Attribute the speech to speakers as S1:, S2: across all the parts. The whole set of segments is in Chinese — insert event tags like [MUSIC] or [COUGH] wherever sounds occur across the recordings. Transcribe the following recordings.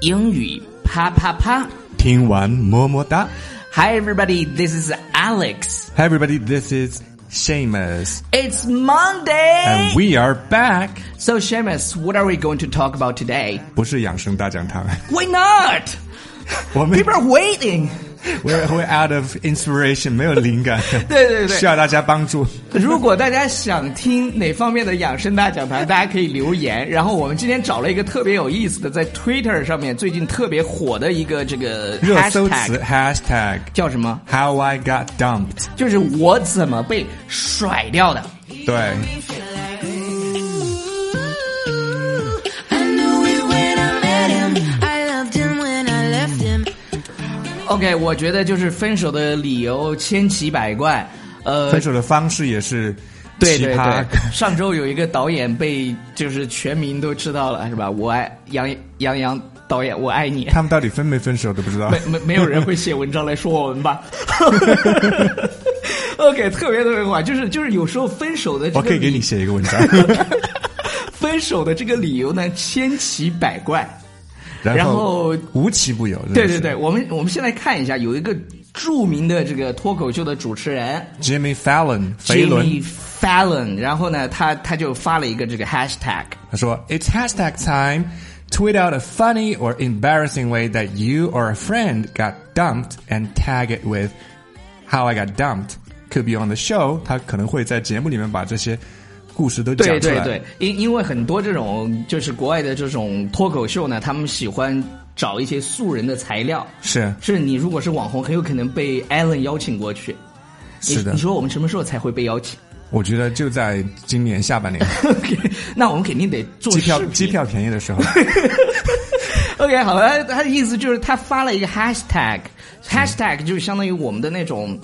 S1: 英语啪啪啪。
S2: 听完么么哒。
S1: Hi everybody, this is Alex.
S2: Hi everybody, this is Seamus,
S1: It's Monday.
S2: and we are back.
S1: so Seamus, what are we going to talk about today?
S2: 不是养生大讲堂， [LAUGHS]
S1: Why not?
S2: 我们
S1: People are waiting.
S2: we're we're out of inspiration，没有灵感，
S1: [LAUGHS] 对对对
S2: 需要大家帮助。
S1: 如果大家想听哪方面的养生大讲坛，大家可以留言。然后我们今天找了一个特别有意思的，在 Twitter 上面最近特别火的一个这个
S2: 热搜词
S1: hashtag
S2: hashtag
S1: 叫什么？
S2: How I Got Dumped，
S1: 就是我怎么被甩掉的。
S2: 对，
S3: I knew it when I met him. I loved him when I left him.
S1: OK，我觉得就是分手的理由千奇百怪。呃，
S2: 分手的方式也是
S1: 对
S2: 奇
S1: 对
S2: 葩
S1: 对。，
S2: [LAUGHS]
S1: 上周有一个导演被就是全民都知道了，是吧？我爱杨杨洋导演，我爱你。
S2: 他们到底分没分手都不知道
S1: 没。没没有人会写文章来说我们吧
S2: [LAUGHS]
S1: ？OK，特别特别快，就是就是有时候分手的这个
S2: 我可以给
S1: 理
S2: 你写一个文
S1: [LAUGHS]
S2: 章，
S1: 分手的这个理由呢，千奇百怪。
S2: 然
S1: 然后
S2: 无奇不有。
S1: 对对对，我们我们先来看一下，有一个著名的这个脱口秀的主持人
S2: ，Jimmy Fallon 肥伦
S1: Jimmy Fallon，然后呢，他他就发了一个这个 hashtag。
S2: 他说：“It's hashtag time. Tweet out a funny or embarrassing way that you or a friend got dumped and tag it with how I got dumped. Could be on the show.” 他可能会在节目里面把这些故事都
S1: 对
S2: 讲出
S1: 对
S2: 来。
S1: 对，因因为很多这种就是国外的这种脱口秀呢，他们喜欢找一些素人的材料，
S2: 是
S1: 是你如果是网红，很有可能被 Allen 邀请过去。你
S2: 是的
S1: 你，说我们什么时候才会被邀请
S2: 我觉得就在今年下
S1: [LAUGHS]
S2: 半年，
S1: ？OK，那我们肯定得做
S2: 机票
S1: 视频
S2: 机。票便宜的
S1: [LAUGHS]
S2: 时候，
S1: OK，好了，他的意思就是他发了一个 hashtag，hashtag 就是相当于我们的那种，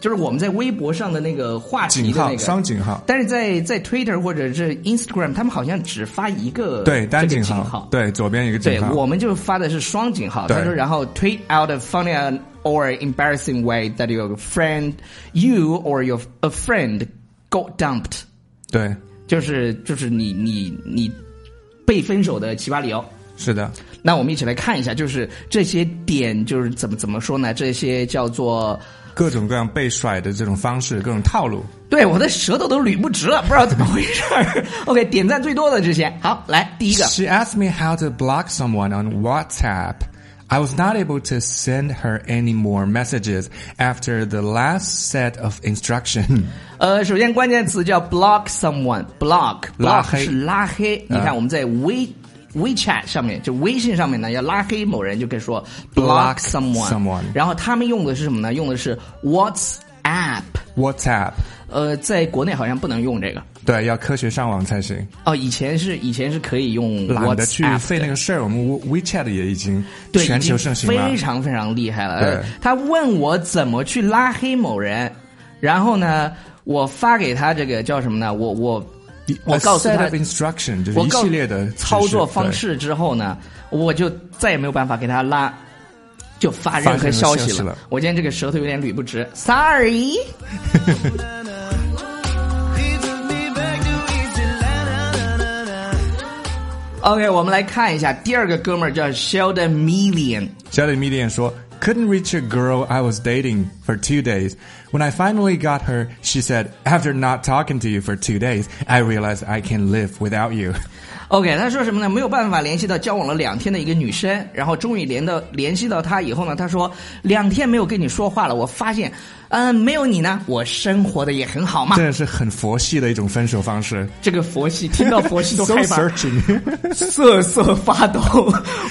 S1: 就是我们在微博上的那个话题
S2: 井
S1: 的
S2: 号、
S1: 那
S2: 双
S1: 个。
S2: 井号，
S1: 但是在在 Twitter 或者是 Instagram，他们好像只发一个
S2: 对单
S1: 这
S2: 井
S1: 个
S2: 号，
S1: 号，
S2: 对左边一个井
S1: 对，
S2: 号。
S1: 我们就发的是双井号。
S2: 对
S1: 他说，然后 tweet out a funny or embarrassing way that your friend, you or your a friend got dumped，
S2: 对，
S1: 就是就是你你你被分手的奇葩理由。
S2: 是的，
S1: 那我们一起来看一下，就是这些点，就是怎么怎么说呢？这些叫做，
S2: 各种各样被甩的这种方式，各种套路。
S1: 对我的舌头都捋不直了，不知道怎么回事儿。OK，点 [LAUGHS] 赞最多的这些，好，来第一个，
S2: She asked me how to block someone on WhatsApp. I was not able to send her any more messages after the last set of instruction. [LAUGHS]
S1: 呃，首先关键词叫 block someone，block
S2: 拉
S1: block
S2: 黑啊
S1: 是拉黑。你看我们在微 WeChat 上面，就微信上面呢，要拉黑某人就可以说 block
S2: Block
S1: someone。
S2: someone
S1: 然后他们用的是什么呢？用的是 WhatsApp。
S2: WhatsApp，
S1: 呃，在国内好像不能用这个。
S2: 对，要科学上网才行。
S1: 哦，以前是以前是可以用
S2: 懒得去
S1: WhatsApp
S2: 费那个事儿，我们 We- WeChat 也已经
S1: 对，
S2: 全球
S1: 已经
S2: 盛行了
S1: 非。常非常厉害了。
S2: 对
S1: 呃他问我怎么去拉黑某人，然后呢，我发给他这个叫什么呢？我我我
S2: A
S1: 告诉
S2: set
S1: 他
S2: of instruction 就是
S1: 我
S2: 一
S1: 告
S2: 系列的指示
S1: 操作方，式之后呢，我就再也没有办法给他拉，就发任何消
S2: 发任何消
S1: 息
S2: 息
S1: 了。
S2: 了
S1: 我今天这个舌头有点捋不直，sorry。OK，我们来看一下第二个哥们儿叫 Sheldon Million。
S2: 对。小李 Median 说，Couldn't reach a girl I was dating for two days. When I finally got her, she said, After not talking to you for two days, I realized I can live without you.
S1: OK，他说什么呢？没有办法联系到交往了两天的一个女生，然后终于连到联系到她以后呢，他说两天没有跟你说话了，我发现，嗯、没有你呢，我生活的也很好嘛
S2: [LAUGHS] 真。的是很佛系的一种分手方式。
S1: 这个佛系听到佛系
S2: [LAUGHS]
S1: 都害
S2: So
S1: 怕，
S2: searching，
S1: [LAUGHS] 瑟瑟发抖。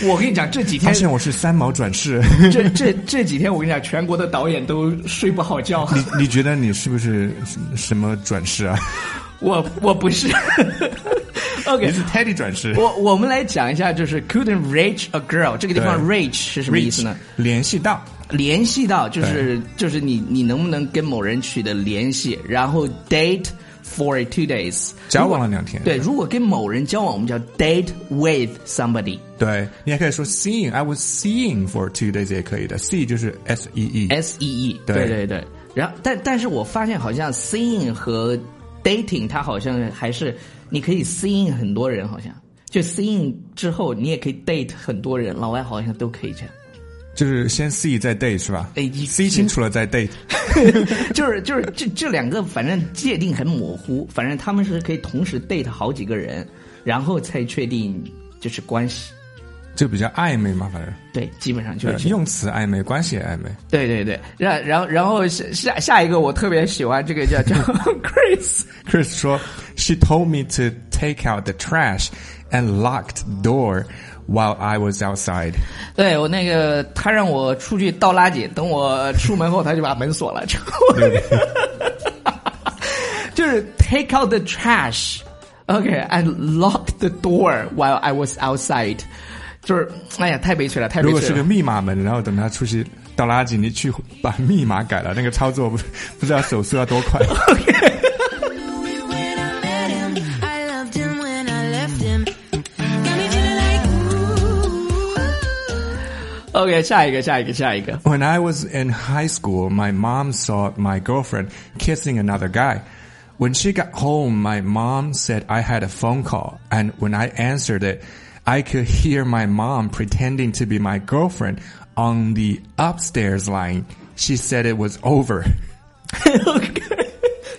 S1: 我跟你讲，这几
S2: 发
S1: 天，
S2: 现我是三毛
S1: [LAUGHS]
S2: 转世。
S1: 这这这几天，我跟你讲，全国的导演都睡不好觉。
S2: 你觉得你是不是什么转世啊？
S1: 我我不是。 [LAUGHS]
S2: 你
S1: OK，
S2: 是 Teddy 转世。
S1: 我我们来讲一下，就是 couldn't reach a girl 这个地方
S2: 对
S1: reach 是什么意思呢？？
S2: 联系到
S1: 联系到，就是就是你你能不能跟某人取得联系，然后 date for two days，
S2: 交往了两天
S1: 如果对，如果跟某人交往，我们叫 date with somebody。
S2: 对你还可以说 seeing。I was seeing for two days 也可以的。see 就是 s e e。
S1: S E E，
S2: 对
S1: 对对对。然后，但但是我发现好像 seeing 和 dating 它好像还是你可以 seeing 很多人，好像就 seeing 之后，你也可以 date 很多人，老外好像都可以这样。
S2: 就是先 see 再 date 是吧
S1: 哎一
S2: ？see 清楚了再 date。
S1: [LAUGHS] 就是就是这这两个，反正界定很模糊，反正他们是可以同时 date 好几个人，然后才确定就是关系。
S2: 就比较暧昧嘛，反正
S1: 对，基本上就是这样。
S2: 用词暧昧，关系也暧昧。
S1: 对对对，然然后然后下下下一个我特别喜欢这个叫 [LAUGHS] 叫 Chris，
S2: Chris 说，She told me to take out the trash and locked the door while I was outside。
S1: 对我那个他让我出去倒垃圾，等我出门后他就把门锁了，就 [LAUGHS] 就是 take out the trash。OK, I locked the door while I was outside。就是哎呀，太悲催了，太悲
S2: 如果
S1: 催
S2: 是个
S1: 了。
S2: 密码门，然后等他出去倒垃圾，你去把密码改了，那个操作不不知道手速要多快。
S3: When I met him, I loved him when I left him. Got me feeling like ooh.
S1: OK，下一个，下一个，下一个。 [LAUGHS]
S2: When I was in high school, my mom saw my girlfriend kissing another guy. When she got home, my mom said I had a phone call, and when I answered it, I could hear my mom pretending to be my girlfriend on the upstairs line. She said it was
S1: [LAUGHS]
S2: over.
S1: OK，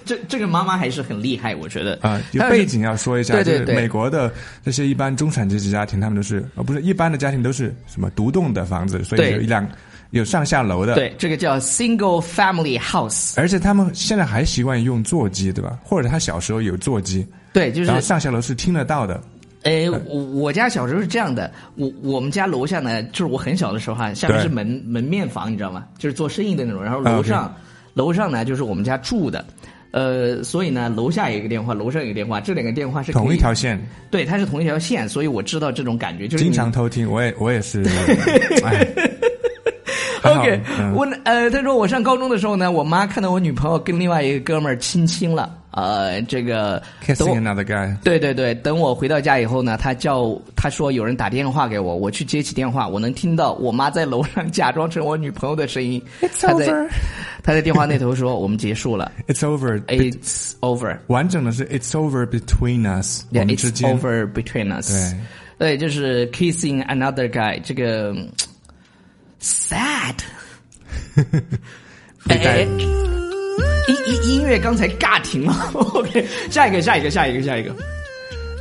S1: 这这个妈妈还是很厉害，我觉得
S2: 啊，有
S1: 她是
S2: 背景要说一下，
S1: 对对
S2: 就是
S1: 对
S2: 美国的这些一般中产阶级家庭，他们都是呃不是一般的家庭都是什么独栋的房子，所以
S1: 对
S2: 有一两有上下楼的，
S1: 对，这个叫 single family house。
S2: 而且他们现在还习惯用座机，对吧？或者他小时候有座机，
S1: 对，就是
S2: 然后上下楼是听得到的。
S1: 诶，哎我我家小时候是这样的，我我们家楼下呢，就是我很小的时候啊哈，下面
S2: 对啊
S1: 是门门面房，你知道吗？就是做生意的那种。然后楼上、楼上呢就是我们家住的，呃，所以呢楼下有一个电话，楼上有一个电话，这两个电话是可以
S2: 同一条，线，
S1: 对，它是同一条线，所以我知道这种感觉，就是
S2: 经
S1: 你
S2: 常偷听，我也我
S1: [LAUGHS]
S2: 也是，哎，还好
S1: OK，、
S2: 嗯
S1: 我呃，他说我上高中的时候呢，我妈看到我女朋友跟另外一个哥们儿亲亲了，呃，这个等我
S2: kissing another guy，
S1: 对对对，等我回到家以后呢，他叫他说有人打电话给我，我去接起电话，我能听到我妈在楼上假装成我女朋友的声音。
S2: It's
S1: 她在
S2: over
S1: [LAUGHS] 她在电话那头说我们结束
S2: [LAUGHS]
S1: 了
S2: it's over，
S1: ，It's over，
S2: 完整的是 it's over between us，我
S1: yeah,
S2: 们
S1: it's
S2: 之间
S1: over between us。对，就是 kissing another guy 这个嗯
S2: [LAUGHS]
S1: sad。哎哎哎音音音乐刚才尬停了 [LAUGHS] ，OK，下一个，下一个，下一个，下一个。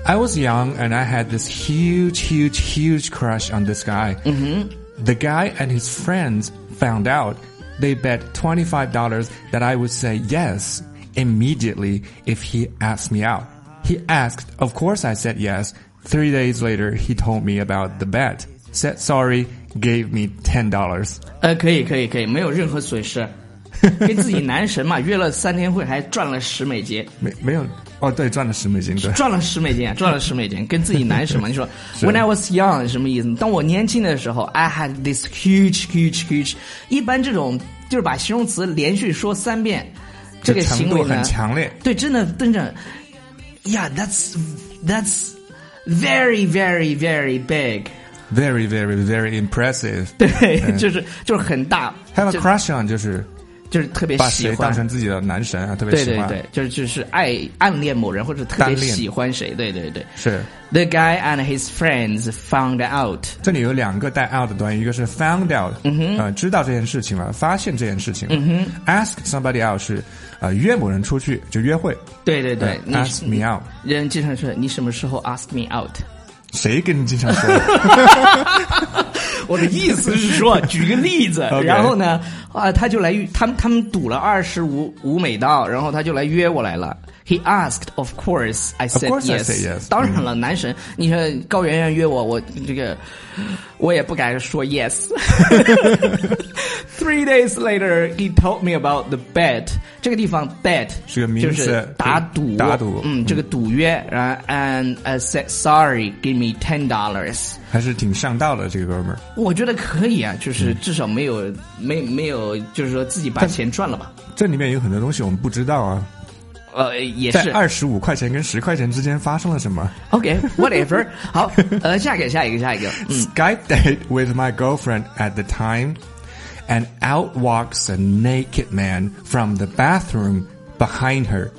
S2: I was young and I had this huge, huge, huge crush on this guy. Mm-hmm. The guy and his friends found out. They bet $25 that I would say yes immediately if he asked me out. He asked, of course I said yes. Three days later, he told me about the bet, said sorry, gave me $10.
S1: 呃，可以，可以，可以，没有任何损失，跟自己男神嘛约了三天会，还赚了十美金，
S2: 没- oh, 没有，哦，对，赚了十美金，对。
S1: 赚了十美金，啊赚了十美金，跟自己男神嘛，你说 When I was young 什么意思？当我年轻的时候，I had this huge, huge, huge。一般这种就是把形容词连续说三遍，这个行为呢，
S2: 就程度很强烈。
S1: 对，真的，真的，Yeah，that's that's very, very, very big。
S2: Very, very, very impressive.
S1: 对， [LAUGHS] 就是就是很大，
S2: Have a
S1: [LAUGHS] 就
S2: crush on 就是
S1: 就是特别
S2: 把
S1: 喜
S2: 谁
S1: 欢，
S2: 当成自己的男神啊，特别
S1: 对
S2: 喜
S1: 对
S2: 欢。
S1: 对，就是就是爱暗恋某人或者特别
S2: 单恋
S1: 喜欢谁，对对对。
S2: 是
S1: The guy and his friends found out，
S2: 这里有两个带 out 的短语，一个是 found out，呃，
S1: 嗯
S2: 知道这件事情了，发现这件事情了。Ask somebody out 是呃约某人出去就约会。
S1: 对对对
S2: 呃，
S1: 你
S2: ，ask me out，
S1: 人经常说你什么时候 ask me out？
S2: 谁跟你经常
S1: [LAUGHS]
S2: 说？
S1: 我的意思是说，举个例子，
S2: OK
S1: 然后呢，啊，他就来约，他们他们赌了二十五五美刀，然后他就来约我来了。He asked, of course, I said
S2: course I
S1: yes.
S2: said yes，嗯
S1: 当然了，男神，你说高圆圆约我，我这个我也不敢说 yes。Three days later, he told me about the bet。这个地方 bet
S2: 是个名词
S1: 就是打赌，
S2: 打赌
S1: 嗯，这个赌约。然后 and I said sorry, give me ten dollars。
S2: 还是挺上道的这个哥们儿。
S1: 我觉得可以啊，
S2: 嗯
S1: 就是至少没有、没没有，就是说自己把钱赚了吧。
S2: 这里面有很多东西我们不知道啊，
S1: 呃，也
S2: 在
S1: 是
S2: 二十五块钱跟十块钱之间发生了什么
S1: [LAUGHS]
S2: [LAUGHS]
S1: OK，whatever、好，呃，下一个，下一个，下一个，嗯，
S2: ？Skype [LAUGHS] date with my girlfriend at the time, and out walks a naked man from the bathroom behind her.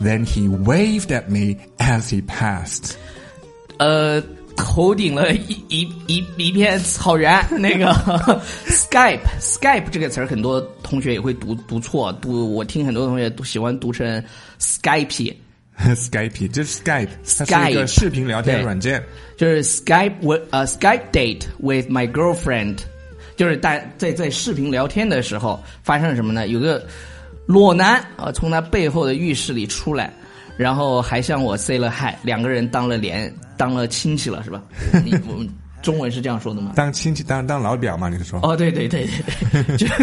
S2: Then he waved at me as he passed. [LAUGHS]
S1: 呃，头顶了一一一一片草原。那个 [LAUGHS] Skype Skype 这个词儿，很多同学也会读读错，读我听很多同学都喜欢读成 Skype。
S2: Skype 就是 Skype，它是一
S1: Skype，
S2: 个视频聊天
S1: 对
S2: 软件。
S1: 就是 Skype with 呃 Skype date with my girlfriend，就是大在在视频聊天的时候发生了什么呢？有个裸男啊、呃从他背后的浴室里出来，然后还向我 say 了 hi，两个人当了脸，当了亲戚了是吧？你我们中文是这样说的吗？
S2: 当亲戚当当老表嘛，你是说？
S1: 哦，对对对对对，就 [LAUGHS]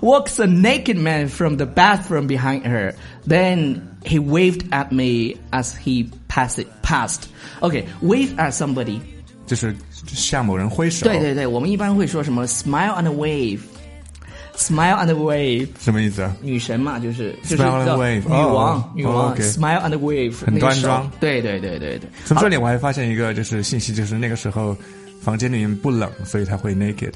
S1: Walks a naked man from the bathroom behind her. Then he waved at me as he passed. Passed. Okay, wave at somebody.
S2: 就是向某人挥手，
S1: 对对对，我们一般会说什么 smile and wave, smile and wave.
S2: 什么意思啊？
S1: 女神嘛，就是就是
S2: Smile and
S1: 叫
S2: wave，
S1: 女
S2: 哦
S1: 王、
S2: 哦
S1: 女王、
S2: OK
S1: smile and wave，
S2: 很端庄
S1: 那个手对对对对对，
S2: 从这里我还发现一个就是信息，就是那个时候房间里面不冷，所以他会 naked。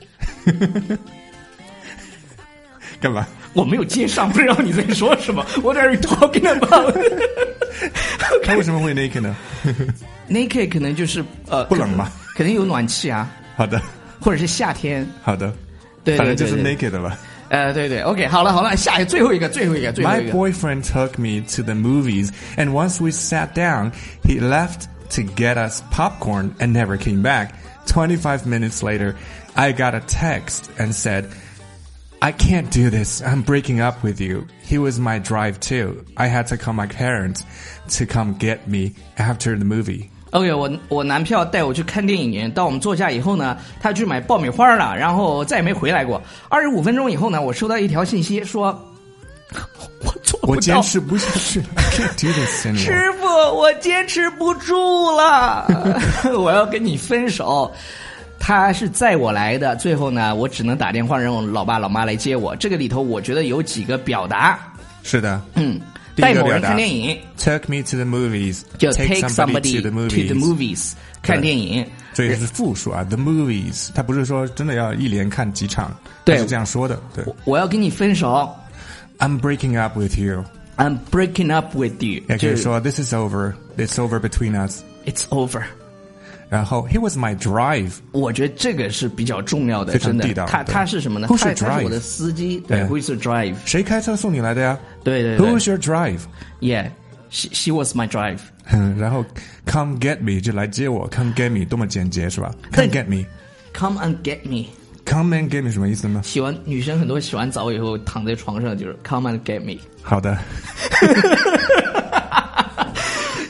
S2: 干嘛？
S1: 我没有接上，不知道你在说什么。What are you talking
S2: [LAUGHS]
S1: about? [LAUGHS]
S2: 他为什么会 naked 呢？
S1: Naked 可能就是呃
S2: 不冷 [LAUGHS] 吗？
S1: 肯定有暖气啊，
S2: 好的，
S1: 或者是夏天。
S2: 好的，
S1: 对对对
S2: 反正就是
S1: 对
S2: naked 了。
S1: 呃，对对，OK，好了好了，下一最后一个最后一个最后
S2: My
S1: 一个。
S2: boyfriend took me to the movies, and once we sat down, he left to get us popcorn and never came back. 25 minutes later, I got a text and said, I can't do this. I'm breaking up with you. He was my drive too. I had to call my parents to come get me after the movie.
S1: OK，我我男票带我去看电影，到我们座驾以后呢，他去买爆米花了，然后再也没回来过。二十五分钟以后呢，我收到一条信息说， [LAUGHS] 我做不
S2: 我坚
S1: 到。
S2: 持不下去，I can't do this anymore.
S1: 师傅，我坚持不住了， [LAUGHS] 我要跟你分手。他是载我来的，最后呢，我只能打电话让我老爸老妈来接我。这个里头，我觉得有几个表达，
S2: 是的，
S1: 嗯，
S2: 第一
S1: 带
S2: 个
S1: 某
S2: 表
S1: 人看
S2: 达
S1: 电影
S2: ，took me to the movies，
S1: 就
S2: take
S1: somebody
S2: somebody to the
S1: the
S2: movies。
S1: movies 看电影，
S2: 所以这是复数啊，the movies，它不是说真的要一连看几场，
S1: 对
S2: 它是这样说的。对
S1: 我要跟你分手
S2: ，I'm breaking up with you，
S1: ，I'm breaking up with you，
S2: 也可
S1: 就是
S2: 以说 This is over，It's over between us。
S1: it's over。
S2: 然后 He was my drive，
S1: 我觉得这个是比较重要的，
S2: 非常
S1: 真的
S2: 地道。
S1: 他
S2: 对
S1: 他是什么呢？
S2: Who's
S1: 他他
S2: your
S1: 是
S2: drive？
S1: 我的司机，对
S2: 对
S1: ，Who is your drive？
S2: 谁开车送你来的呀？
S1: 对对对
S2: ，Who's your drive？ [LAUGHS]
S1: ，Yeah，she she was my drive。
S2: 嗯然后 Come get me 就来接我，Come get me 多么简洁是吧？Come
S1: 对
S2: get me，Come
S1: Come and get me。
S2: and get me 什么意思呢？
S1: 洗完女生很多洗完澡以后躺在床上就是 Come and get me，
S2: 好的，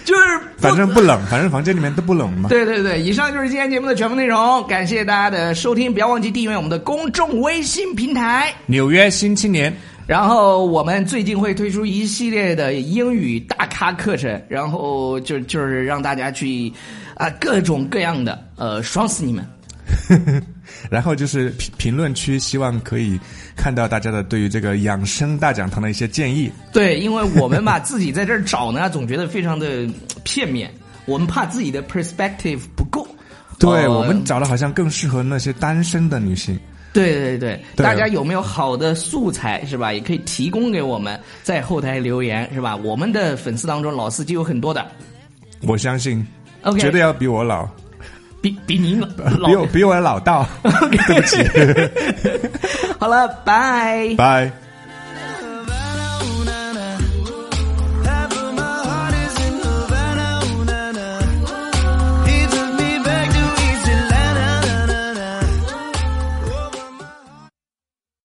S1: 就是
S2: 反正不冷，反正房间里面都不冷嘛。
S1: 对对对，以上就是今天节目的全部内容，感谢大家的收听，不要忘记订阅我们的公众微信平台。
S2: 纽约新青年，
S1: 然后我们最近会推出一系列的英语大咖课程，然后就就是让大家去啊、各种各样的呃爽死你们。
S2: [LAUGHS] 然后就是评评论区，希望可以看到大家的对于这个养生大讲堂的一些建议。
S1: 对，因为我们吧自己在这儿找呢，总觉得非常的片面，我们怕自己的 perspective 不够。
S2: 对、
S1: 呃
S2: 我们哦嗯找的好像更适合那些单身的女性。
S1: 对对对，
S2: 对
S1: 大家有没有好的素材是吧？也可以提供给我们，在后台留言是吧？我们的粉丝当中老司机有很多的
S2: 我相信
S1: OK
S2: 绝对要比我老，
S1: 比比您
S2: [LAUGHS]
S1: 老
S2: 比我比我老道。对不起， [LAUGHS]
S1: 好了，拜。
S2: 拜。